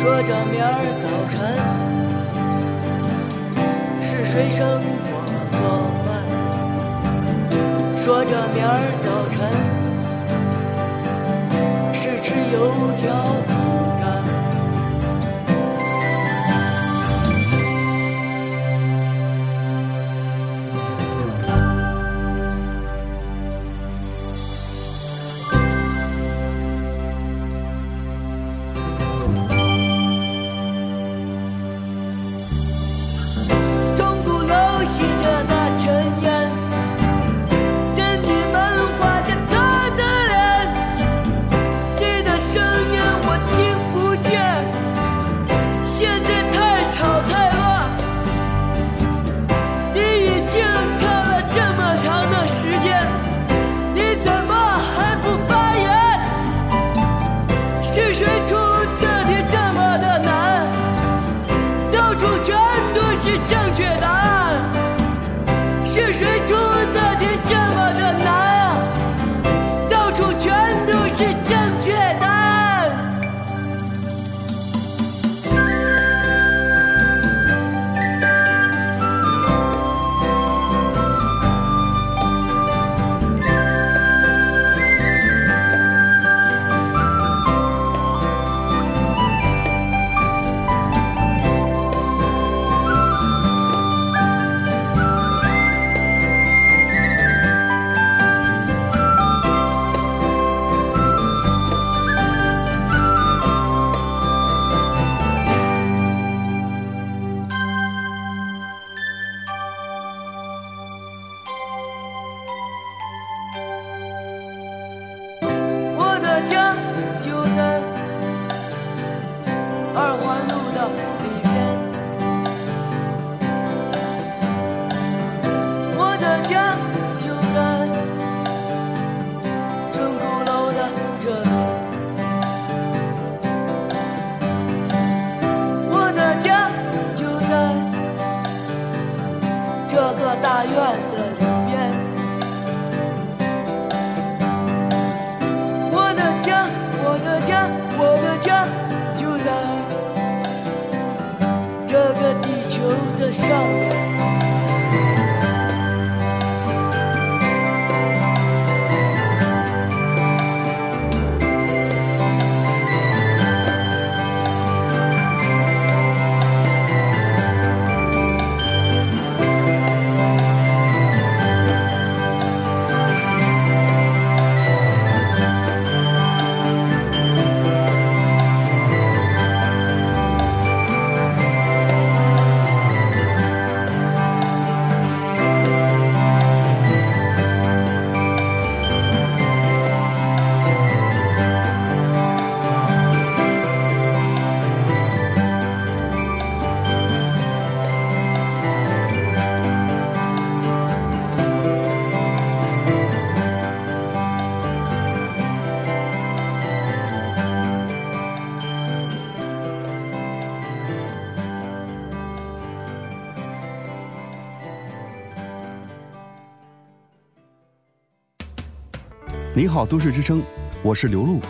Speaker 4: 说着明儿早晨是谁生火做饭，说着明儿早晨是吃油条饼干。钟鼓楼吸着那尘烟，人鱼们画着他的脸，你的声音我听不见，现在太吵太乱，你已经看了这么长的时间，你怎么还不发言？是谁出的题这么的难？到处全都是正确答案，是谁出的题这么的难啊？到处全都是正确答案。我的家就在二环路的里边，我的家就在钟鼓楼的这边，我的家就在这个大院的里边。我的家，我的家，我的家就在这个地球的上面。
Speaker 5: 你好，都市之声，我是刘璐。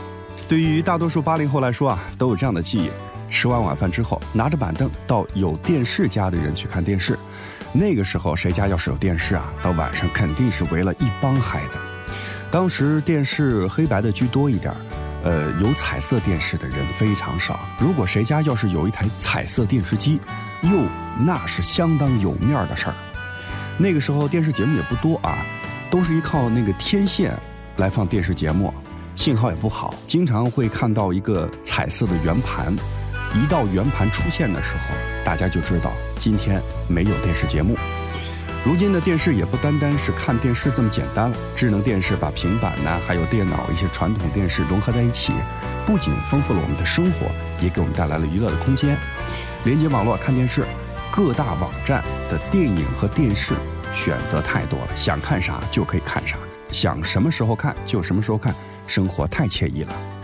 Speaker 5: 对于大多数八零后来说啊，都有这样的记忆：吃完晚饭之后，拿着板凳到有电视家的人去看电视。那个时候，谁家要是有电视啊，到晚上肯定是围了一帮孩子。当时电视黑白的居多一点儿，呃，有彩色电视的人非常少。如果谁家要是有一台彩色电视机，哟，那是相当有面儿的事儿。那个时候电视节目也不多啊，都是依靠那个天线来放电视节目，信号也不好，经常会看到一个彩色的圆盘。一到圆盘出现的时候，大家就知道今天没有电视节目。如今的电视也不单单是看电视这么简单了，智能电视把平板呐、还有电脑一些传统电视融合在一起，不仅丰富了我们的生活，也给我们带来了娱乐的空间。连接网络看电视，各大网站的电影和电视选择太多了，想看啥就可以看啥，想什么时候看就什么时候看，生活太惬意了。